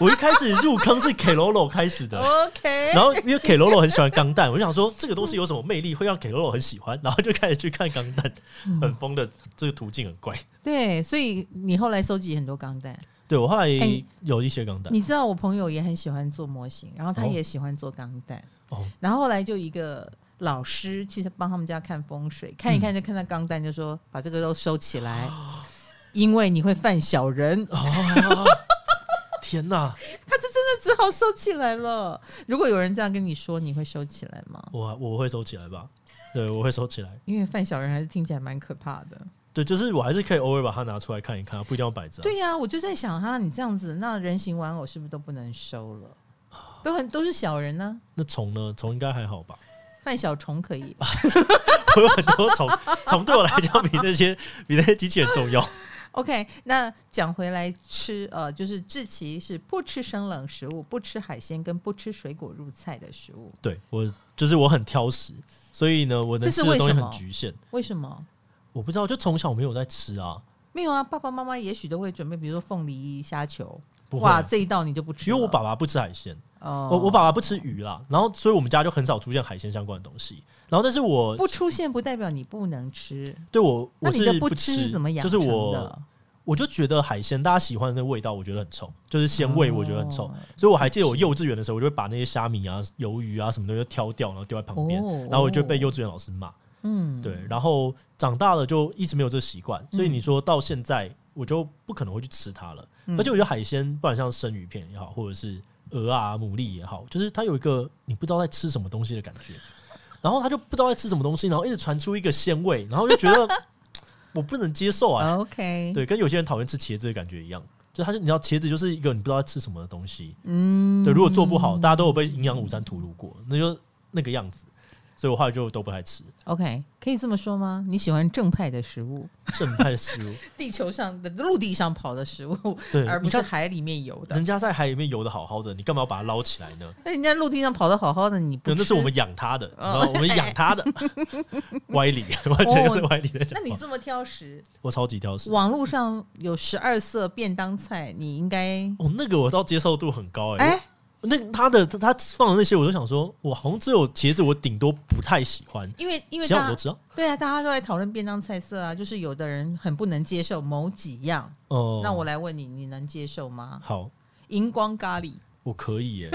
S2: 我一开始入坑是 K Lolo 开始的，
S1: 哦 OK。
S2: 然后因为 K Lolo 很喜欢钢弹，我就想说这个东西有什么魅力会让 K Lolo 很喜欢，然后就开始去看钢弹，
S1: 嗯
S2: 很疯的这个途径很怪。
S1: 对，所以你后来收集很多钢弹，
S2: 对我后来
S1: 哎
S2: 有一些钢弹
S1: 你知道我朋友也很喜欢做模型，然后他
S2: 哦
S1: 也喜欢做钢弹，
S2: 哦，
S1: 然后后来就一个老师去帮他们家看风水，
S2: 嗯
S1: 看一看就看到钢蛋，就说把这个都收起来，因为你会犯小人。
S2: 哦，天哪！
S1: 他就真的只好收起来了。如果有人这样跟你说，你会收起来吗？
S2: 我我会收起来吧？对，我会收起来。
S1: 因为犯小人还是听起来蛮可怕的。
S2: 对，就是我还是可以偶尔把它拿出来看一看，不一定要摆着啊。
S1: 对呀、我就在想哈，你这样子，那人形玩偶是不是都不能收了？
S2: 啊
S1: 都很都是小人呢、
S2: 那虫呢？虫应该还好吧？
S1: 犯小虫可以，
S2: 啊我有很多虫，虫对我来讲比那些比那些机器人重要。
S1: OK，那讲回来吃，呃，就是志奇是不吃生冷食物、不吃海鲜跟不吃水果入菜的食物，
S2: 对我就是我很挑食，所以呢，我
S1: 这
S2: 能
S1: 是
S2: 吃的
S1: 为
S2: 东西
S1: 什
S2: 很
S1: 么
S2: 局限。
S1: 为什么？
S2: 我不知道，就从小没有在吃啊，
S1: 没有啊，爸爸妈妈也许都会准备，比如说凤梨虾球，
S2: 不会啊
S1: 哇，这一道你就不吃了，
S2: 因为我爸爸不吃海鲜，
S1: 哦
S2: 我我爸爸不吃鱼啦，然后所以我们家就很少出现海鲜相关的东西。然后，但是我
S1: 不出现不代表你不能吃，
S2: 对我
S1: 那
S2: 我
S1: 你的
S2: 是不
S1: 吃是怎么养
S2: 就
S1: 成
S2: 是
S1: 的？
S2: 我我就觉得海鲜大家喜欢的味道，我觉得很臭，就是鲜味我觉得很臭。
S1: 哦
S2: 所以我还记得我幼稚园的时候，我就会把那些虾米啊、鱿鱼啊什么的就挑掉，然后丢在旁边，
S1: 哦
S2: 然后我就被幼稚园老师骂。
S1: 嗯，
S2: 对，然后长大了就一直没有这个习惯，所以你说到现在，我就不可能会去吃它了。
S1: 嗯
S2: 而且我觉得海鲜，不管像生鱼片也好，或者是鹅啊、牡蛎也好，就是它有一个你不知道在吃什么东西的感觉，然后它就不知道在吃什么东西，然后一直传出一个鲜味，然后就觉得 我不能接受啊。
S1: OK，
S2: 对，跟有些人讨厌吃茄子的感觉一样，就它是你知道茄子就是一个你不知道在吃什么的东西。
S1: 嗯，
S2: 对，如果做不好，大家都有被营养午餐吐露过，那就那个样子。所以我后来就都不太吃
S1: OK，可以这么说吗？你喜欢正派的食物，
S2: 正派的食物。
S1: 地球上的陆地上跑的食物，
S2: 对，
S1: 而不
S2: 你
S1: 是
S2: 看
S1: 海里面游的。
S2: 人家在海里面游的好好的，你干嘛要把它捞起来呢？
S1: 那人家陆地上跑得好好的，你不
S2: 对
S1: 吃？
S2: 那是我们养它的，你知道
S1: 哦
S2: 吗我们养 它的，歪理，完全就是歪理在
S1: 哦那
S2: 讲
S1: 你
S2: 话。
S1: 这么挑食，
S2: 我超级挑食，
S1: 网络上有十二色便当菜，你应该
S2: 哦，那个我倒接受度很高哎、
S1: 哎、
S2: 那他的他放的那些，我都想说，我好像只有茄子，我顶多不太喜欢，
S1: 因为因为
S2: 其他我
S1: 大
S2: 都
S1: 家
S2: 知道。
S1: 对啊，大家都在讨论便当菜色啊，就是有的人很不能接受某几样。
S2: 哦、
S1: 那我来问你，你能接受吗？
S2: 好，
S1: 荧光咖喱，
S2: 我可以耶、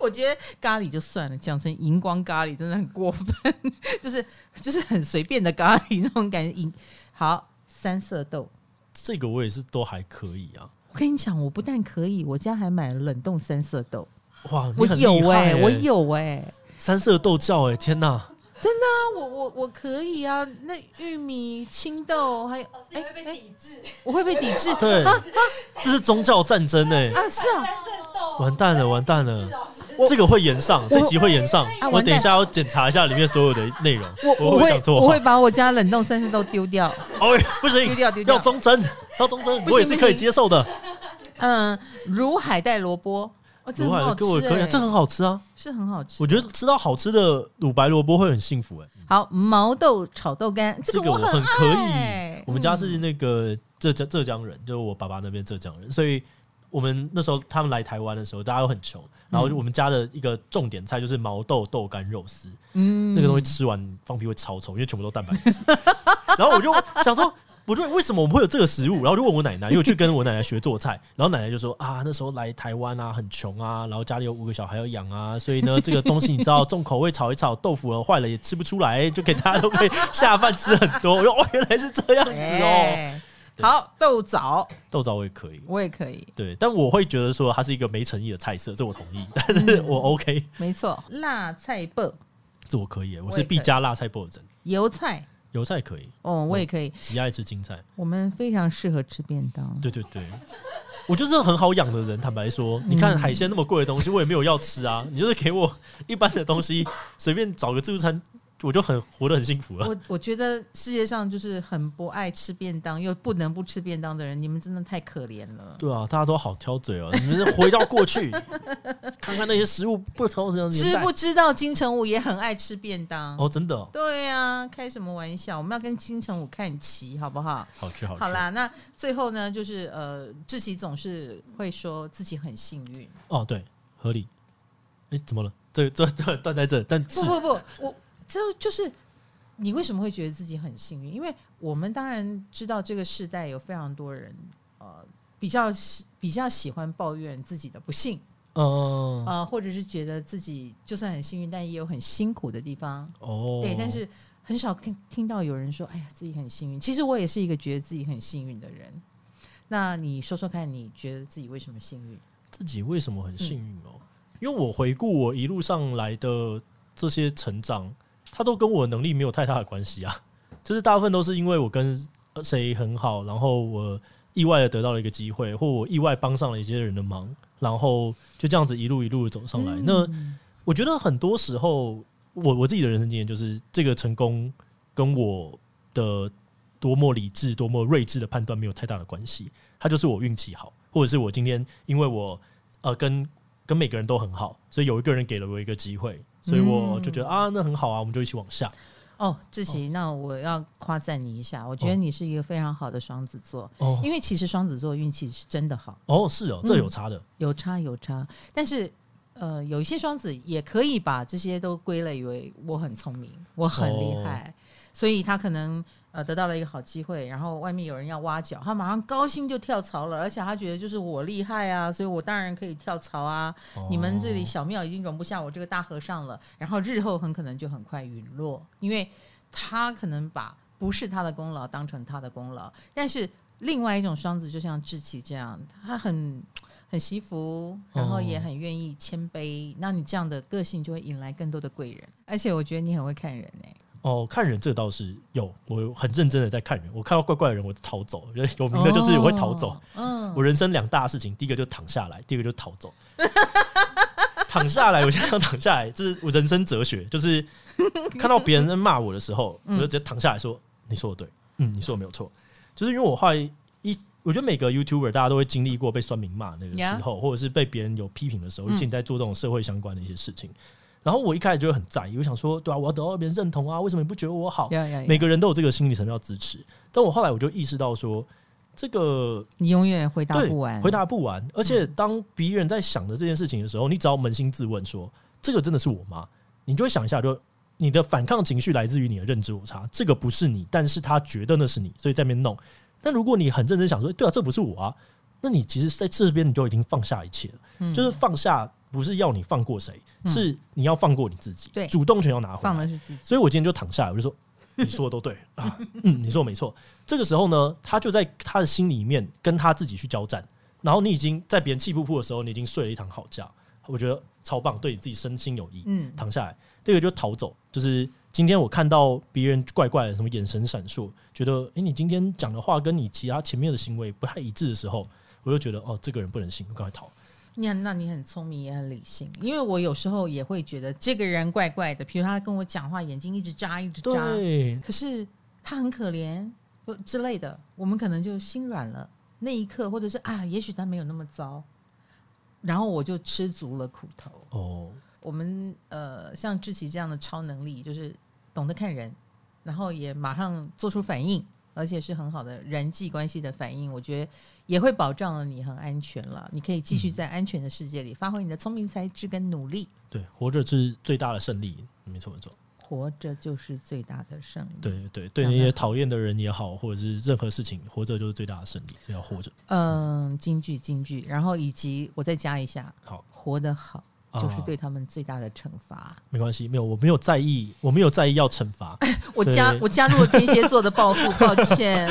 S1: 我觉得咖喱就算了，讲成荧光咖喱真的很过分， 就是就是很随便的咖喱那种感觉。荧好三色豆，
S2: 这个我也是都还可以啊。
S1: 我跟你讲，我不但可以，我家还买了冷冻三色豆，
S2: 哇，哦你
S1: 我
S2: 很
S1: 有
S2: 厉害欸
S1: 哎、
S2: 耶
S1: 我有哎、
S2: 三色豆教哎、天哪！
S1: 啊，我我我可以啊，那玉米、青豆还有，
S3: 老师
S1: 哎
S3: 哦也会被
S1: 哎
S3: 抵制，
S1: 我会被抵制
S2: 对
S1: 啊
S2: 这是宗教战争哎、
S1: 啊，是 啊，
S3: 三圣斗
S2: 完蛋了，完蛋了
S3: 是。老师
S1: 我啊
S2: 这个会延上，这集会延上
S3: 哎。
S1: 完
S2: 我等一
S1: 蛋
S2: 下要检查一下里面所有的内容。
S1: 我
S2: 我
S1: 我
S2: 会
S1: 会
S2: 讲错
S1: 我
S2: 话
S1: 会。把我家冷冻三色豆丢掉，
S2: 哦，不
S1: 丢
S2: 行，
S1: 掉丢掉。
S2: 要忠贞，要忠贞，
S1: 不行
S2: 我也是可以
S1: 不行
S2: 接受的。
S1: 嗯，如海带萝卜，哦，这
S2: 卤
S1: 很
S2: 海
S1: 好
S2: 的
S1: 吃、
S2: 跟我可以啊，
S1: 哎
S2: 这很好吃啊。
S1: 是很好吃。
S2: 我觉得吃到好吃的卤白萝卜会很幸福哎，
S1: 好，毛豆炒豆干，这
S2: 这
S1: 个
S2: 个
S1: 我
S2: 很可
S1: 爱
S2: 以。我们家是
S1: 嗯
S2: 那个浙江浙江人，就是我爸爸那边浙江人，所以我们那时候他们来台湾的时候，大家都很穷，然后
S1: 嗯
S2: 我们家的一个重点菜就是毛豆豆干肉丝。
S1: 嗯
S2: 那个东西吃完放屁会超臭，因为全部都蛋白质。 然后我就想说，不对，为什么我们会有这个食物？然后就问我奶奶，因为我去跟我奶奶学做菜，然后奶奶就说啊，那时候来台湾啊，很穷啊，然后家里有五个小孩要养啊，所以呢，这个东西你知道，重口味炒一炒，豆腐了坏了也吃不出来，就给大家都可以下饭吃很多。我说哦，原来是 这样子哦，
S1: 哎
S2: 对
S1: 嗯好，豆枣
S2: 豆枣我也可以。
S1: 我也可以，
S2: 对，但我会觉得说它是一个没诚意的菜色，这我同意。但是我 OK，
S1: 没错，辣菜脯、
S2: 这我可以，我
S1: 我
S2: 是
S1: 也可以
S2: 必加辣菜包的人，
S1: 油菜，
S2: 油菜可以，
S1: 哦，我也可以。
S2: 极爱吃青菜。
S1: 我们非常适合吃便当，
S2: 对对对，我就是很好养的人。坦白说，你看海鲜那么贵的东西，我也没有要吃啊。你就是给我一般的东西，随便找个自助餐，我就很活得很幸福了。
S1: 我我觉得世界上就是很不爱吃便当又不能不吃便当的人，你们真的太可怜了。
S2: 对啊，大家都好挑嘴哦。你们回到过去， 看看那些食物不同的年
S1: 知
S2: 代
S1: 不知道金城武也很爱吃便当？
S2: 哦，真的哦、
S1: 对呀、开什么玩笑？我们要跟金城武看齐，好不好？
S2: 好吃好吃。
S1: 好啦，那最后呢，就是呃，志奇总是会说自己很幸运。
S2: 哦，对，合理。哎，怎么了？这这这断在这，但是
S1: 不不不，我这就是你为什么会觉得自己很幸运？因为我们当然知道这个世代有非常多人呃比较喜比较喜欢抱怨自己的不幸，
S2: 嗯，
S1: 呃，或者是觉得自己就算很幸运，但也有很辛苦的地方。
S2: 哦，
S1: 对，但是很少听听到有人说：“哎呀，自己很幸运。”其实我也是一个觉得自己很幸运的人。那你说说看，你觉得自己为什么幸运？
S2: 自己为什么很幸运哦？因为我回顾我一路上来的这些成长，它都跟我能力没有太大的关系啊。 就是大部分都是因为我跟呃谁很好，然后我意外的得到了一个机会，或我意外帮上了一些人的忙，然后就这样子一路一路的走上来。
S1: 嗯
S2: 那我觉得很多时候，我我自己的人生经验就是，这个成功跟我的多么理智、多么睿智的判断没有太大的关系，它就是我运气好，或者是我今天因为我呃跟跟每个人都很好，所以有一个人给了我一个机会，所以我就觉得、啊，那很好啊，我们就一起往下。
S1: 哦，志奇，那我要夸赞你一下，我觉得
S2: 哦
S1: 你是一个非常好的双子座，
S2: 哦
S1: 因为其实双子座运气是真的好，
S2: 哦，是哦，
S1: 嗯
S2: 这有差的。
S1: 有差有差。但是呃，有一些双子也可以把这些都归类为我很聪明，我很厉害，所以他可能呃得到了一个好机会，然后外面有人要挖角，他马上高兴就跳槽了，而且他觉得就是我厉害啊，所以我当然可以跳槽啊。
S2: 哦
S1: 你们这里小庙已经容不下我这个大和尚了，然后日后很可能就很快陨落，因为他可能把不是他的功劳当成他的功劳，但是另外一种双子就像志奇这样，他很很惜福，然后也很愿意谦卑，那你这样的个性就会引来更多的贵人，而且我觉得你很会看人哎、
S2: 哦，看人这倒是有，我很认真的在看人。我看到怪怪的人，我就逃走。有名的就是我会逃走。
S1: 哦，嗯，
S2: 我人生两大事情，第一个就躺下来，第二个就逃走。 躺下来，我现在要躺下来，这是我人生哲学，就是看到别人在骂我的时候，我就直接躺下来说：“你说的对，嗯，你说的没有错。”就是因为我后来一，我觉得每个 YouTuber 大家都会经历过被酸民骂那个时候或者是被别人有批评的时候，尤其你在做这种社会相关的一些事情。然后我一开始就会很在意，我想说，对啊，我要得到别人认同啊，为什么你不觉得我好？
S1: 要要
S2: 每
S1: 要，
S2: 个人都有这个心理层面要支持。但我后来我就意识到说，这个
S1: 你永远回答
S2: 对，
S1: 不完，
S2: 回答不完。而且当别人在想着这件事情的时候，你只要扪心自问说，这个真的是我吗？你就会想一下就。你的反抗情绪来自于你的认知落差，这个不是你，但是他觉得那是你，所以在那边弄。但如果你很认真想说，对啊，这不是我啊，那你其实在这边你就已经放下一切了，
S1: 嗯
S2: 就是放下，不是要你放过谁，是你要放过你自己，
S1: 对
S2: 主动权要拿回来
S1: 放。的是自己，
S2: 所以我今天就躺下来，我就说你说的都对啊，嗯，你说的没错。这个时候呢，他就在他的心里面跟他自己去交战，然后你已经在别人气噗噗的时候，你已经睡了一堂好觉，我觉得超棒，对你自己身心有益。
S1: 嗯
S2: 躺下来，第二个就逃走，就是今天我看到别人怪怪的，什么眼神闪烁，觉得诶，你今天讲的话跟你其他前面的行为不太一致的时候，我就觉得哦，这个人不能行，我赶快逃。
S1: 你很，那你很聪明，也很理性。因为我有时候也会觉得这个人怪怪的，比如他跟我讲话，眼睛一直眨，一直眨，
S2: 对，
S1: 可是他很可怜不之类的，我们可能就心软了那一刻，或者是啊，也许他没有那么糟，然后我就吃足了苦头。
S2: 哦，
S1: 我们呃，像志奇这样的超能力，就是懂得看人，然后也马上做出反应，而且是很好的人际关系的反应。我觉得也会保障了你很安全了，你可以继续在安全的世界里发挥你的聪明才智跟努力，
S2: 对，活着是最大的胜利，没错没错。
S1: 活着就是最大的胜利。
S2: 对对对，
S1: 讲
S2: 那
S1: 得
S2: 些
S1: 好
S2: 讨厌的人也好，或者是任何事情，活着就是最大的胜利，只要活着。
S1: 嗯，京剧京剧，然后以及我再加一下，
S2: 好，
S1: 活得好
S2: 啊
S1: 就是对他们最大的惩罚。
S2: 没关系，没有，我没有在意，我没有在意要惩罚，
S1: 我加我加入了天蝎座的报复，抱 歉。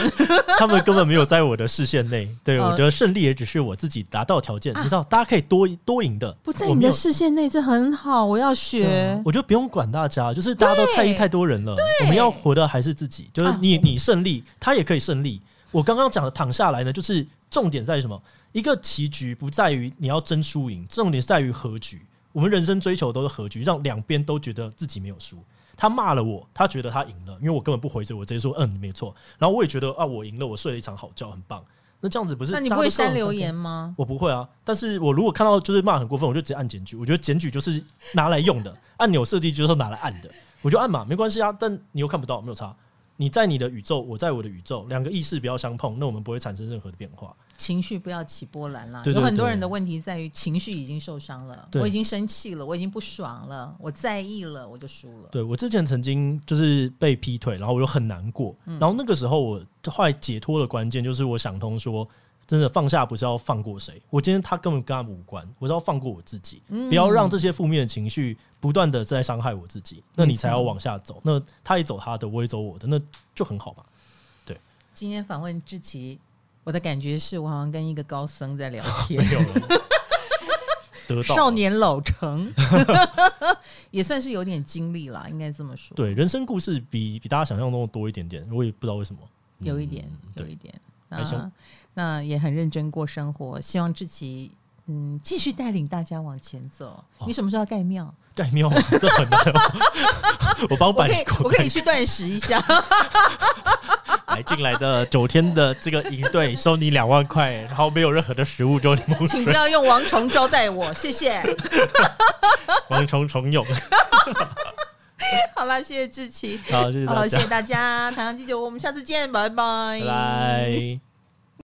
S2: 他们根本没有在我的视线内。对，
S1: 哦啊
S2: 我觉得胜利也只是我自己达到条件，你知道，大家可以多多赢的，
S1: 不在
S2: 我
S1: 你
S2: 没
S1: 的
S2: 有
S1: 视线内，这很好，我要
S2: 对
S1: 学
S2: 啊。我觉得不用管大家，就是大家都在意太多人了。我们要活的还是自己，
S1: 啊
S2: 就是你你胜利，他也可以胜利。我刚刚讲的躺下来呢，就是重点在于什么？一个棋局不在于你要争输赢，重点在于和局。我们人生追求都是和局，让两边都觉得自己没有输。他骂了我，他觉得他赢了，因为我根本不回嘴，我直接说嗯，你没错。然后我也觉得啊，我赢了，我睡了一场好觉，很棒。那这样子不是？
S1: 那你不会删留言？吗？
S2: 我不会啊，但是我如果看到就是骂很过分，我就直接按检举。我觉得检举就是拿来用的， 按钮设计就是拿来按的，我就按嘛，没关系啊。但你又看不到，没有差。你在你的宇宙，我在我的宇宙，两个意识不要相碰，那我们不会产生任何的变化。
S1: 情绪不要起波澜啦。
S2: 对对
S1: 有很多
S2: 对
S1: 人的问题在于情绪已经受伤了，
S2: 对
S1: 我已经生气了，我已经不爽了，我在意了，我就输了。
S2: 对我之前曾经就是被
S1: 嗯
S2: 劈腿，然后我就很难过，然后那个时候我后来解脱的关键就是我想通说，真的放下不是要放过谁，我今天他根本跟他们无关，我是要放过我自己，
S1: 嗯
S2: 不要让这些负面的情绪不断的在伤害我自己，那你才要往下走。那他也走他的，我也走我的，那就很好嘛。
S1: 今天访问志奇，我的感觉是我好像跟一个高僧在聊天
S2: 没， 有了，得到
S1: 少年老成， 也算是有点经历啦，应该这么说。
S2: 对人生故事比比大家想象中的多一点点，我也不知道为什么，嗯
S1: 有一点，有
S2: 对
S1: 一点。
S2: 还行
S1: 那那也很认真过生活，希望志奇嗯继续带领大家往前走。
S2: 哦
S1: 你什么时候要盖庙？
S2: 盖庙吗？这很难哦， 我帮
S1: 我
S2: 百
S1: 可以
S2: 国
S1: 我可以去断食一下，
S2: 来进来的九天的这个营队收你两万块，然后没有任何的食物，只有你木
S1: 请不
S2: 水，
S1: 要用王虫招待 我，谢谢。
S2: 蝗虫虫蛹。
S1: 好啦，谢谢志奇，
S2: 好，谢谢
S1: 好，
S2: 大
S1: 谢
S2: 家
S1: 谢，大家，唐唐记者，我们下次见，拜拜，
S2: 拜拜。